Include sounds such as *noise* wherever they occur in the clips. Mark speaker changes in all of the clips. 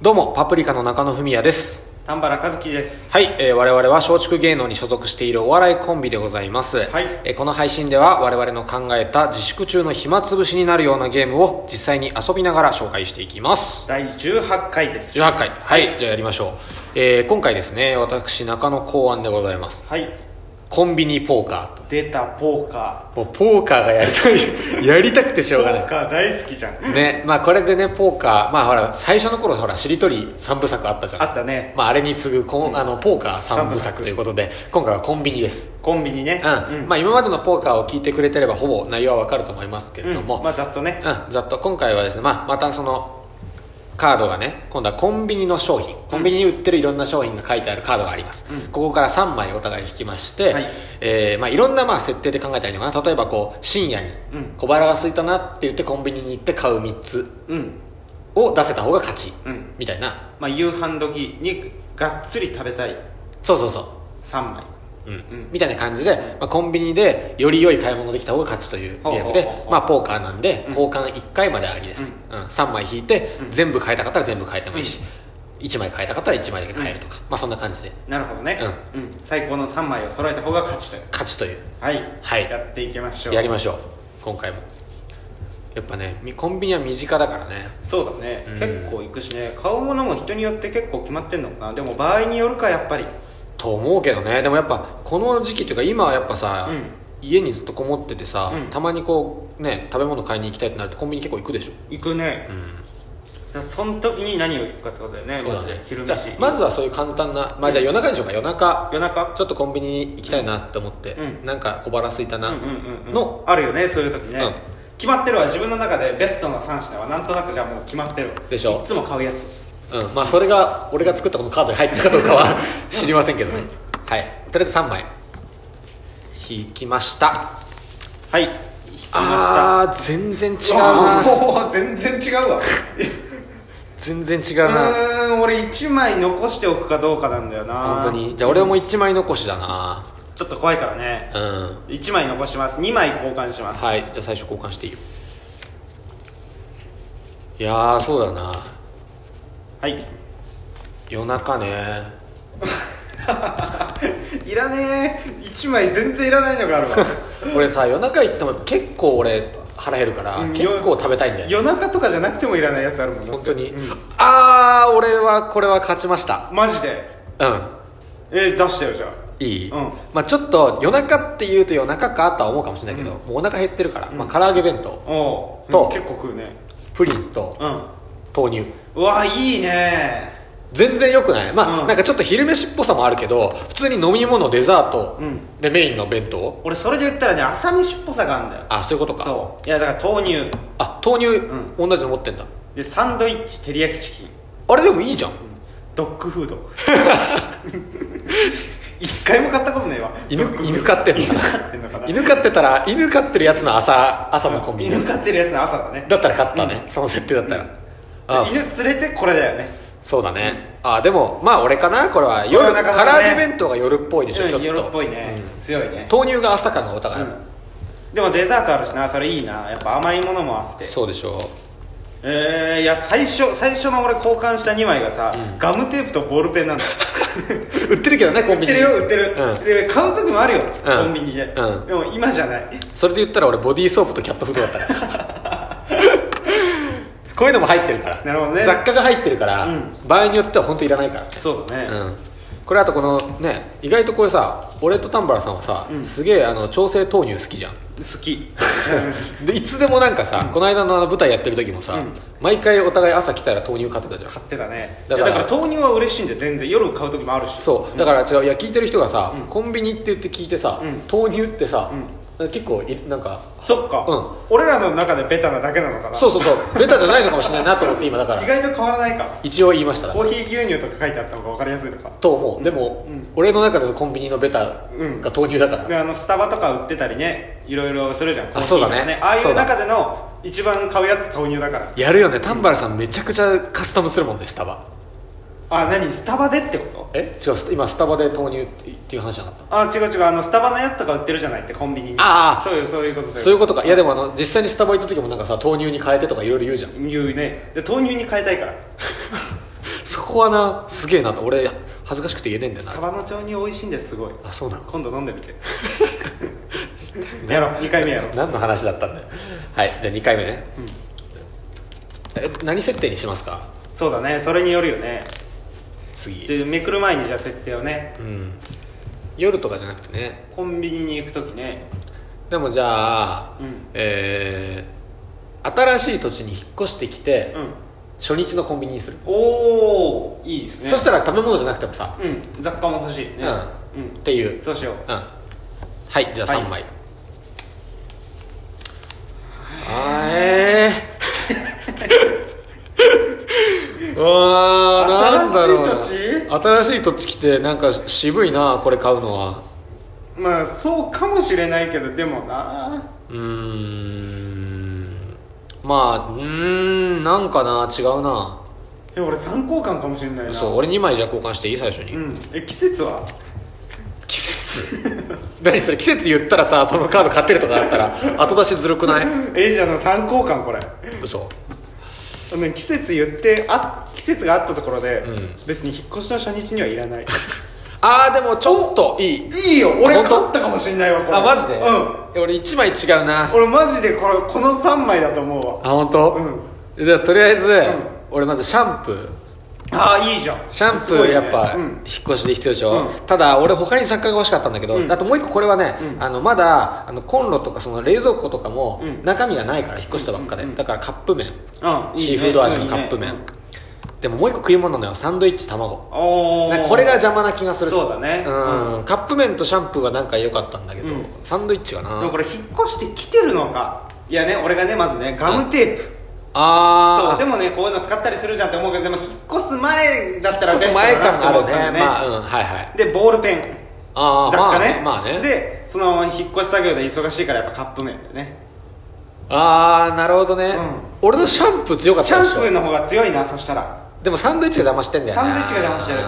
Speaker 1: どうも、パプリカの中野文也です。
Speaker 2: 丹原和樹です
Speaker 1: はい、えー我々は松竹芸能に所属しているお笑いコンビでございます。
Speaker 2: はい
Speaker 1: えーこの配信では我々の考えた自粛中の暇つぶしになるようなゲームを実際に遊びながら紹介していきます。
Speaker 2: 第18回です
Speaker 1: 18回。はい、じゃあやりましょう。えー今回ですね、私中野考案でございます。
Speaker 2: はい
Speaker 1: コンビニポーカ
Speaker 2: 出たポーカ
Speaker 1: ーと。もうポーカーがやり *laughs* たい、やりたくてしょ
Speaker 2: ー
Speaker 1: う
Speaker 2: ポ
Speaker 1: がない
Speaker 2: ー。カー大好きじゃん
Speaker 1: ねまあ、これでねポーカー、まあ、ほら最初の頃ほらしりとり3部作あったじゃん
Speaker 2: あったね
Speaker 1: まあ、あれに次ぐこんあのポーカー3
Speaker 2: 三
Speaker 1: 部
Speaker 2: 部
Speaker 1: 作
Speaker 2: 作
Speaker 1: ということで今回はコンビニです、
Speaker 2: コンビニね
Speaker 1: うんまあ、今までのポーカーを聞いてくれてればほぼ内容はわかると思いますけれど
Speaker 2: うん
Speaker 1: も、
Speaker 2: まあざっとね
Speaker 1: うん、ざっと今回はですね、まあ、またそのカードがね今度はコンビニの商品コンビニに売ってるいろんな商品が書いてあるカードがあります、ここから3枚お互い引きまして、
Speaker 2: はい
Speaker 1: えーまあ、いろんなまあ設定で考えたらいいのかな例えばこう深夜に
Speaker 2: うん
Speaker 1: 小腹が空いたなって言ってコンビニに行って買う3つ
Speaker 2: うん
Speaker 1: を出せた方が勝ち、
Speaker 2: うん
Speaker 1: みたいな
Speaker 2: まあ夕飯時にがっつり食べたい
Speaker 1: そうそうそう
Speaker 2: 3枚
Speaker 1: うん
Speaker 2: ん
Speaker 1: みたいな感じで、まあ、コンビニでより良い買い物できた方が勝ちというゲームで
Speaker 2: ほうほうほうほう
Speaker 1: まあ、ポーカーなんで
Speaker 2: うん
Speaker 1: 交換1回までありです、うん3枚引いて、全部買えたかったら全部買えてもいいし、1枚買えたかったら1枚だけ買えるとか、まあ、そんな感じで
Speaker 2: なるほどね
Speaker 1: う
Speaker 2: うん最高の3枚を揃えた方が勝ちという
Speaker 1: 勝ちという
Speaker 2: はい
Speaker 1: はい
Speaker 2: やっていきましょう
Speaker 1: やりましょう今回もやっぱねみコンビニは身近だからね
Speaker 2: そうだね
Speaker 1: うん
Speaker 2: 結構行くしね買うものも人によって結構決まってんのかなでも場合によるかやっぱり
Speaker 1: と思うけどねでもやっぱこの時期というか今はやっぱさ、
Speaker 2: うん
Speaker 1: 家にずっとこもっててさ、
Speaker 2: うん
Speaker 1: たまにこうね食べ物買いに行きたいってなるとコンビニ結構行くでしょ
Speaker 2: 行くね
Speaker 1: うん
Speaker 2: じゃあその時に何を行くかってことだよね
Speaker 1: そうだ
Speaker 2: マジ
Speaker 1: ね
Speaker 2: で昼
Speaker 1: じゃあ
Speaker 2: 飯
Speaker 1: まずはそういう簡単なまあじゃあ夜中にしようか夜中
Speaker 2: 夜中
Speaker 1: ちょっとコンビニ行きたいなって思って、
Speaker 2: うん
Speaker 1: なんか小腹空いたな、
Speaker 2: うんうんうん
Speaker 1: の
Speaker 2: あるよねそういう時ね、
Speaker 1: うん
Speaker 2: 決まってるわ自分の中でベストの3品はなんとなくじゃあもう決まってる
Speaker 1: でしょ
Speaker 2: いつも買うやつ
Speaker 1: うんまあそれが俺が作ったこのカードに入ってるかどうかは *laughs* 知りませんけどね、はいとりあえず3枚引きました
Speaker 2: はい引きました
Speaker 1: あー全然違うな
Speaker 2: おー全然違うわ
Speaker 1: 全然違う
Speaker 2: う
Speaker 1: な
Speaker 2: ーん俺1枚残しておくかどうかなんだよな
Speaker 1: 本当にじゃあ俺も1枚残しだな
Speaker 2: ちょっと怖いからね
Speaker 1: うん
Speaker 2: 1枚残します2枚交換します
Speaker 1: はいじゃあ最初交換していいよいやーそうだな
Speaker 2: はい *laughs*
Speaker 1: 夜中ね
Speaker 2: いらねえ1枚全然いらないのがあるわ
Speaker 1: 俺さ夜中行っても結構俺腹減るから
Speaker 2: うん
Speaker 1: 結構食べたいんだよね
Speaker 2: 夜中とかじゃなくてもいらないやつあるもん
Speaker 1: 本当に、
Speaker 2: うん
Speaker 1: ああ俺はこれは勝ちました
Speaker 2: マジで
Speaker 1: うん
Speaker 2: えー、出してよじゃあ
Speaker 1: いい、
Speaker 2: うん
Speaker 1: まあ、ちょっと夜中って言うと夜中かとは思うかもしれないけど、もうお腹減ってるから、まあ、唐揚げ弁当
Speaker 2: おう
Speaker 1: と
Speaker 2: うん結構食うね
Speaker 1: プリンと
Speaker 2: うん
Speaker 1: 豆乳
Speaker 2: うわいいね
Speaker 1: 全然よくないまあ、
Speaker 2: うん
Speaker 1: なんかちょっと昼飯っぽさもあるけど普通に飲み物デザート、
Speaker 2: うん
Speaker 1: でメインの弁当
Speaker 2: 俺それで言ったらね朝飯っぽさがあるんだよ
Speaker 1: あそういうことか
Speaker 2: そういやだから豆乳
Speaker 1: あ豆乳、
Speaker 2: ん
Speaker 1: 同じの持ってんだ
Speaker 2: でサンドイッチ照り焼きチキン
Speaker 1: あれでもいいじゃん
Speaker 2: ドッグフ
Speaker 1: *laughs*
Speaker 2: ード一回も買ったことねえわ
Speaker 1: 犬
Speaker 2: ドッグフード
Speaker 1: 犬飼ってんの
Speaker 2: 犬飼ってんのかな
Speaker 1: 犬飼ってたら犬飼ってるやつの朝朝のコンビニ
Speaker 2: 犬飼ってるやつの朝だね
Speaker 1: だったら勝ったね、その設定だったら、あ
Speaker 2: 犬連れてこれだよね
Speaker 1: そうだね、あでもまあ俺かなこれは夜
Speaker 2: これはな
Speaker 1: 唐
Speaker 2: かなかね
Speaker 1: 揚げ弁当が夜っぽいでしょ、
Speaker 2: うん
Speaker 1: ちょっと
Speaker 2: 夜っぽいね、強いね、
Speaker 1: 豆乳が朝かなお互い、
Speaker 2: うん、でもデザートあるしなそれいいなやっぱ甘いものもあって
Speaker 1: そうでしょ
Speaker 2: えー、いや最初最初の俺交換した2枚がさ、ガムテープとボールペンな
Speaker 1: *laughs*
Speaker 2: んだよ
Speaker 1: う売ってるけどねコン
Speaker 2: 売っ
Speaker 1: ビニ
Speaker 2: てるよ売ってる、
Speaker 1: うん
Speaker 2: で買う時もあるよ、
Speaker 1: うん
Speaker 2: コンビニで、
Speaker 1: うん
Speaker 2: でも今じゃない
Speaker 1: それで言ったら俺ボディーソープとキャットフードだったから
Speaker 2: *laughs*
Speaker 1: こういうのも入ってるから
Speaker 2: なるほどね
Speaker 1: 雑貨が入ってるから、
Speaker 2: うん
Speaker 1: 場合によっては本当いらないから
Speaker 2: そうだね、
Speaker 1: うん、これあとこのね意外とこれさ俺と丹原さんはさ、すげえあの調整豆乳好きじゃん
Speaker 2: 好
Speaker 1: *laughs*
Speaker 2: き
Speaker 1: でいつでもなんかさ、この間のあの舞台やってる時もさ、毎回お互い朝来たら豆乳買ってたじゃん
Speaker 2: 買ってたね
Speaker 1: だ
Speaker 2: だ
Speaker 1: か
Speaker 2: かららだから豆乳は嬉しいんで全然夜買う時もあるし
Speaker 1: そうだから違ういや聞いてる人がさ、コンビニって言って聞いてさ、
Speaker 2: うん
Speaker 1: 豆乳ってさ、結構いなんか
Speaker 2: そっか、
Speaker 1: うん
Speaker 2: 俺らの中でベタなだけなのかな
Speaker 1: そうそうそうベタじゃないのかもしれないなと思って今だか
Speaker 2: 意
Speaker 1: ら
Speaker 2: 外と変わらないか
Speaker 1: 一応言いました
Speaker 2: コーヒー牛乳とか書いてあった方が分かりやすいのか
Speaker 1: と思うでも、俺の中でのコンビニのベタが
Speaker 2: うん
Speaker 1: 豆乳だから、
Speaker 2: であのスタバとか売ってたりねいろいろするじゃんコーヒー
Speaker 1: そうだね
Speaker 2: とかああい
Speaker 1: そう
Speaker 2: う
Speaker 1: だ
Speaker 2: 中での一番買うやつ豆乳だから
Speaker 1: やるよね丹原さんめちゃくちゃカスタムするもんねスタバ
Speaker 2: あ何スタバでってこと
Speaker 1: え違う今スタバで豆乳っていう話じゃなかった
Speaker 2: あ違う違うあのスタバのやつとか売ってるじゃないってコンビニに
Speaker 1: ああ
Speaker 2: そういうそういうこと
Speaker 1: そういう
Speaker 2: こ
Speaker 1: ことかいやでもあの実際にスタバ行った時もなんかさ豆乳に変えてとかいろいろ言うじゃん
Speaker 2: と言うねで豆乳に変えたいから
Speaker 1: そこはなすげえなと俺恥ずかしくて言えねえんだよ
Speaker 2: ス
Speaker 1: な
Speaker 2: タバの調に美味しいんですすごい
Speaker 1: あそうなの
Speaker 2: 今度飲んでみてやろう2回目やろう
Speaker 1: 何の話だったんだよはいじゃあ2回目ね、え何設定にしますか
Speaker 2: そうだねそれによるよね
Speaker 1: 次
Speaker 2: でめくる前にじゃあ設定をね
Speaker 1: うん夜とかじゃなくてね
Speaker 2: コンビニに行く時ね
Speaker 1: でもじゃあ、
Speaker 2: うん
Speaker 1: えー新しい土地に引っ越してきて、
Speaker 2: うん
Speaker 1: 初日のコンビニにする、
Speaker 2: おおいいですね
Speaker 1: そしたら食べ物じゃなくてもさ、
Speaker 2: うん雑貨も欲しいね
Speaker 1: う
Speaker 2: うんん
Speaker 1: っていう
Speaker 2: そうしよう
Speaker 1: うんはいじゃあ
Speaker 2: はい
Speaker 1: 3枚、あーえ
Speaker 2: *laughs*
Speaker 1: ーうわーなんだろうな
Speaker 2: 新しい土
Speaker 1: 新しい土地来てなんか渋いなこれ買うのは
Speaker 2: まあそうかもしれないけどでもな
Speaker 1: うーんまあうーんなんかな違うな
Speaker 2: え俺3交換かもしれないな
Speaker 1: そう俺2枚じゃあ交換していい最初に、
Speaker 2: うんえ季節は *laughs*
Speaker 1: 季節何それ季節言ったらさそのカード買ってるとかだったら後出しずるくない
Speaker 2: えじゃあの3交換これ
Speaker 1: 嘘
Speaker 2: ね季節言ってあ季節があったところで、
Speaker 1: うん
Speaker 2: 別に引っ越しの初日にはいらない
Speaker 1: ああでもちょっといい
Speaker 2: いいよ俺
Speaker 1: 本
Speaker 2: 買
Speaker 1: 当
Speaker 2: ったかもしれないわこれ
Speaker 1: あマジで、
Speaker 2: うん
Speaker 1: 俺1枚違うな
Speaker 2: 俺マジでこれこの3枚だと思うわ
Speaker 1: あ本当？じゃあとりあえず、俺まずシャンプー
Speaker 2: ああいいじゃん
Speaker 1: シャンプ
Speaker 2: すごい
Speaker 1: ー
Speaker 2: ね
Speaker 1: やっぱ
Speaker 2: う
Speaker 1: 引っ
Speaker 2: ん
Speaker 1: 越しで必要でしょ、
Speaker 2: う
Speaker 1: ただ俺他に雑貨が欲しかったんだけど、
Speaker 2: うん
Speaker 1: あともう一個これはね、あのまだあのコンロとかその冷蔵庫とかも
Speaker 2: うん
Speaker 1: 中身がないから引っ越したばっかで、だからカップ麺、
Speaker 2: あいい
Speaker 1: シ
Speaker 2: ね
Speaker 1: ーフード味のカップ麺、
Speaker 2: いいね
Speaker 1: でももう一個食い物なのよサンドイッチ卵
Speaker 2: お
Speaker 1: なん
Speaker 2: ー
Speaker 1: かこれが邪魔な気がする
Speaker 2: そうだね
Speaker 1: うん、カップ麺とシャンプーがなんか良かったんだけど、
Speaker 2: うん
Speaker 1: サンドイッチが
Speaker 2: でも
Speaker 1: な
Speaker 2: これ引っ越してきてるのかいやね俺がねまずねガムテープ、
Speaker 1: あー
Speaker 2: そうでもねこういうの使ったりするじゃんって思うけどでも引っ越す前だったら
Speaker 1: 少
Speaker 2: ベ
Speaker 1: し
Speaker 2: スト
Speaker 1: 前
Speaker 2: だ
Speaker 1: 感
Speaker 2: なと
Speaker 1: あ
Speaker 2: 思
Speaker 1: る
Speaker 2: ったの
Speaker 1: ね
Speaker 2: ね
Speaker 1: まあうんはいはい
Speaker 2: でボールペン
Speaker 1: ああ
Speaker 2: 雑貨ね,、
Speaker 1: まあね,、まあ、ね
Speaker 2: でその引っ越し作業で忙しいからやっぱカップ麺だよね
Speaker 1: ああなるほどね、
Speaker 2: ん
Speaker 1: 俺のシャンプー強かっ
Speaker 2: シ
Speaker 1: た
Speaker 2: ャ
Speaker 1: で
Speaker 2: ン
Speaker 1: しょ
Speaker 2: プーの方が強いなそしたら
Speaker 1: でもサンドイッチが邪魔してんだよな
Speaker 2: サンドイッチが邪魔してる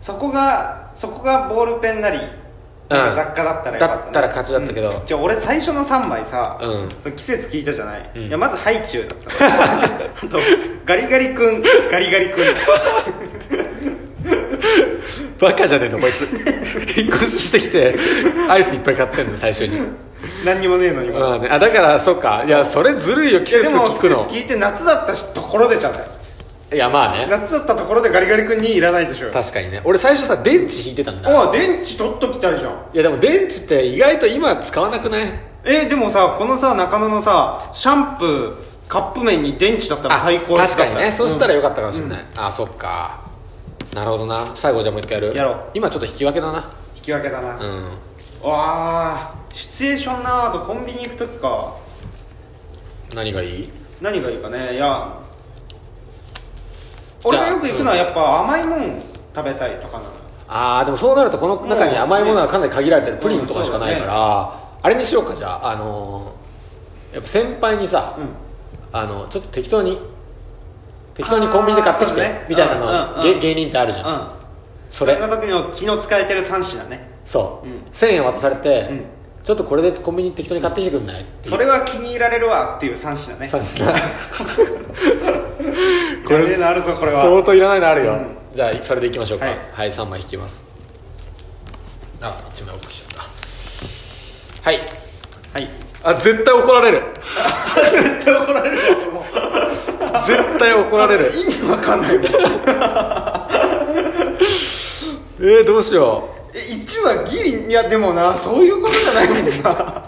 Speaker 2: そこがそこがボールペンなりなんか雑貨だったらよか
Speaker 1: だ
Speaker 2: った、ね
Speaker 1: ったら勝ちだったけど
Speaker 2: うんじゃあ俺最初の3枚さ、
Speaker 1: うん
Speaker 2: その季節聞いたじゃない、
Speaker 1: ん
Speaker 2: いやまずハイチュウだったの
Speaker 1: *laughs*
Speaker 2: あとガリガリ君ガリガリ君
Speaker 1: バカじゃねえのこいつ
Speaker 2: *laughs*
Speaker 1: 引っ越ししてきてアイスいっぱい買ってんの最初に、
Speaker 2: 何にもねえのにも
Speaker 1: まあね、あだからそっかいやそれずるいよ季
Speaker 2: で
Speaker 1: 節
Speaker 2: も
Speaker 1: 聞
Speaker 2: 季
Speaker 1: く
Speaker 2: 節
Speaker 1: の
Speaker 2: 聞いて夏だったしところでじゃない
Speaker 1: いやまあね
Speaker 2: 夏だったところでガリガリ君にいらないでしょ
Speaker 1: 確かにね俺最初さ電池引いてたんだ
Speaker 2: あ電池取っときたいじゃん
Speaker 1: いやでも電池って意外と今使わなくない
Speaker 2: えでもさこのさ中野のさシャンプーカップ麺に電池だったら最高
Speaker 1: あ確かにねそうしたら
Speaker 2: よ
Speaker 1: よかったかもしれない、あそっかなるほどな最後じゃあもう一回やる
Speaker 2: やろう
Speaker 1: 今ちょっと引き分けだな
Speaker 2: 引き分けだな、
Speaker 1: うん
Speaker 2: わあシチュエーションなあとコンビニ行く時か
Speaker 1: 何がいい
Speaker 2: 何がいいかねいや
Speaker 1: じ
Speaker 2: 俺
Speaker 1: ゃあ
Speaker 2: がよく行くのはやっぱ甘いもん食べたいとかなの
Speaker 1: ああでもそうなるとこの中に甘いものはかなり限られてる
Speaker 2: うん
Speaker 1: プリンとかしかないから、あれにしようかじゃああのーやっぱ先輩にさ、
Speaker 2: うん
Speaker 1: あのちょっと適当に適当にコンビニで買ってき
Speaker 2: あーそう
Speaker 1: て、
Speaker 2: だね
Speaker 1: みたいなの、
Speaker 2: うんうん
Speaker 1: げ芸人ってあるじゃん、
Speaker 2: うん
Speaker 1: それ
Speaker 2: その時の気の使えてる3品ね
Speaker 1: そう、
Speaker 2: うん
Speaker 1: 1000円渡されて、
Speaker 2: うん
Speaker 1: ちょっとこれでコンビニ適当に買ってきてくんないって
Speaker 2: それは気に入られるわっていう3品ね
Speaker 1: そうした
Speaker 2: *laughs* これのあるぞこれは
Speaker 1: 相当いらないのあるよ、
Speaker 2: うん
Speaker 1: じゃあそれでいきましょうかは
Speaker 2: はいい、
Speaker 1: 3枚引きますあ1枚大きくしちゃったはい
Speaker 2: はい
Speaker 1: あ絶対怒られる
Speaker 2: 絶対怒られるわもう
Speaker 1: 絶対怒られる
Speaker 2: 意味わかんないもん
Speaker 1: えー、どうしよ
Speaker 2: え1はギリいやでもなそういうことじゃないも
Speaker 1: *laughs*
Speaker 2: んな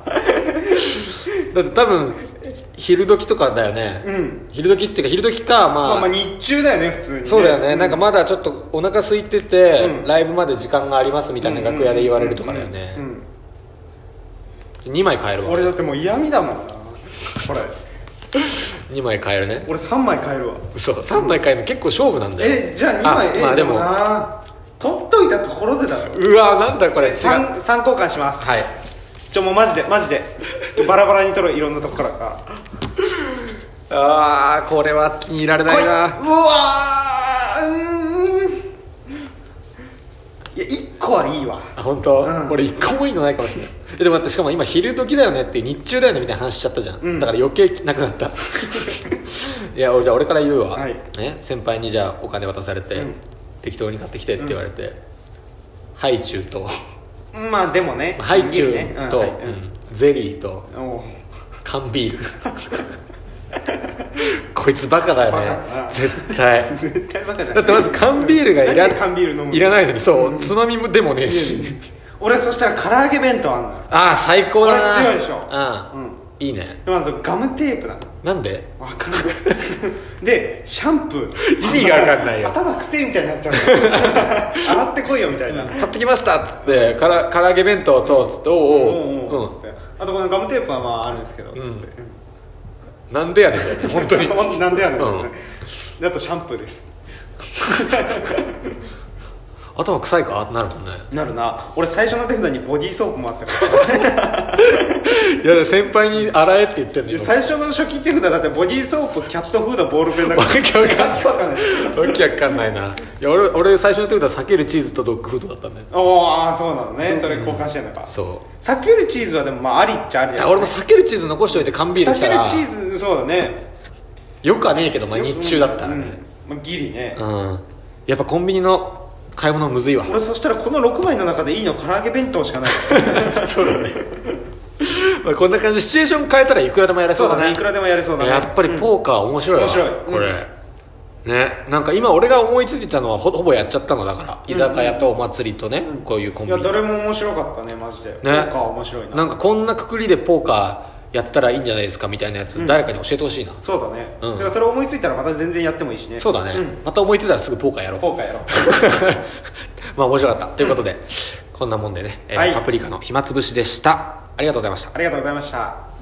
Speaker 1: うだって多分昼時とかだよね、
Speaker 2: うん
Speaker 1: 昼時っていうか昼時かまあ、
Speaker 2: まあまあ日中だよね普通に、
Speaker 1: そうだよね、なん
Speaker 2: か
Speaker 1: かまだちょっとお腹空いてて、
Speaker 2: うん
Speaker 1: ライブまで時間がありますみたいな楽屋で言われるとかだよね、2枚買えるわ
Speaker 2: 俺だってもう嫌味だもんなこれ
Speaker 1: 2枚買えるね
Speaker 2: 俺3枚買えるわ
Speaker 1: 嘘3枚買えるの結構勝負なんだよ
Speaker 2: えじゃあ2枚え
Speaker 1: まあでも
Speaker 2: な取っといたところでだろ
Speaker 1: うわなんだこれ違う
Speaker 2: 3交換します
Speaker 1: はい
Speaker 2: ちょもうマジでマジでバラバラに取るいろんなとこからか
Speaker 1: ああこれは気に入られな
Speaker 2: 来
Speaker 1: いうな
Speaker 2: わーうーんいや1個はいいわ
Speaker 1: あ本当、
Speaker 2: うん
Speaker 1: 俺一個もいいのないかもしれないえでも待ってしかも今昼時だよねって日中だよねみたいな話しちゃったじゃん、
Speaker 2: *laughs* うん
Speaker 1: だから余計なくなったいや俺じゃあ俺から言うわ、
Speaker 2: はい
Speaker 1: ね、先輩にじゃあお金渡されて、
Speaker 2: うん
Speaker 1: 適当に買ってきてって言われて、ハイチュウと、
Speaker 2: まあでもね
Speaker 1: ハイチ
Speaker 2: 見える
Speaker 1: ュウと、
Speaker 2: はい
Speaker 1: うんゼリーと
Speaker 2: うんおう
Speaker 1: 缶ビールこいつバカだよ
Speaker 2: バ
Speaker 1: ね
Speaker 2: カだな
Speaker 1: 絶
Speaker 2: *laughs*
Speaker 1: 対
Speaker 2: 絶対バカじゃな
Speaker 1: だ
Speaker 2: い
Speaker 1: ってまず缶ビールがいら
Speaker 2: なんで缶ビール飲む
Speaker 1: いらないのにそう、つまみもでもねえし、
Speaker 2: 俺そしたら唐揚げ弁当あんのよ
Speaker 1: ああ最高だな
Speaker 2: これ強いでしょ
Speaker 1: う
Speaker 2: うん
Speaker 1: ん、いいね
Speaker 2: でまずガムテープなの
Speaker 1: なんで
Speaker 2: わかんない
Speaker 1: *laughs*
Speaker 2: でシャンプー
Speaker 1: 意味がわかんないよ
Speaker 2: 頭くせえみたいになっち
Speaker 1: *laughs*
Speaker 2: ゃう洗ってこいよみたいな、
Speaker 1: 買ってきましたっつってから唐揚げ弁当とつってお
Speaker 2: おう
Speaker 1: うおう
Speaker 2: おう
Speaker 1: うん
Speaker 2: つってあとこのガムテープはまああるんですけど、つって
Speaker 1: なんでやねん本当に *laughs*
Speaker 2: なんでやねん、
Speaker 1: うん
Speaker 2: であとシャンプーです
Speaker 1: 頭臭いかってなるもんね
Speaker 2: なるな俺最初の手札にボディーソープもあったから
Speaker 1: いや先輩に洗えって言ってんの
Speaker 2: で
Speaker 1: よ
Speaker 2: 最初の初期手札だってボディーソープキャットフードボールペンだから
Speaker 1: わけわかんない
Speaker 2: わけわかんない
Speaker 1: わけわかんないないや俺俺最初の手札避けるチーズとドッグフードだったんだよ
Speaker 2: おーあーそうなのねそれ交換してんのか
Speaker 1: そ
Speaker 2: 避けるチーズはでもまあありっちゃあ
Speaker 1: う
Speaker 2: りだ
Speaker 1: だ
Speaker 2: よ
Speaker 1: 俺も避けるチーズ残しておいて缶ビール
Speaker 2: 避
Speaker 1: 来
Speaker 2: け
Speaker 1: た
Speaker 2: る
Speaker 1: ら
Speaker 2: チーズそうだね
Speaker 1: よくはねえけど、まあ、日中だったらね
Speaker 2: うんまあギリね
Speaker 1: うん、やっぱコンビニの買い物むずいわ
Speaker 2: 俺そしたらこの6枚の中でいいの唐揚げ弁当しかない
Speaker 1: *laughs* そうだね *laughs* まあこんな感じでシチュエーション変えたらいくらでもやれそ
Speaker 2: そうう
Speaker 1: だ
Speaker 2: だね
Speaker 1: ね
Speaker 2: いくらでもやれそうだね
Speaker 1: やっぱりポーカー面白いわ、
Speaker 2: 面白い
Speaker 1: これ、ねなんか今俺が思いついたのはほほぼやっちゃったのだから居酒屋とお祭りとね、こういうコン
Speaker 2: い
Speaker 1: ビ
Speaker 2: や
Speaker 1: ニ
Speaker 2: どれも面白かったねマジでねか面白いな
Speaker 1: なんかこんなくくりでポーカーやったらいいんじゃないですかみたいなやつ、誰かに教えてほしいな
Speaker 2: そうだね
Speaker 1: うん
Speaker 2: だからそれ思いついたらまた全然やってもいいしね
Speaker 1: そうだね、
Speaker 2: ん
Speaker 1: また思いついたらすぐポーカーやろう
Speaker 2: ポーカーやろう
Speaker 1: *laughs* まあ面白かったということで、こんなもんでね、えー
Speaker 2: はい
Speaker 1: パプリカの暇つぶしでしたありがとうございました
Speaker 2: ありがとうございました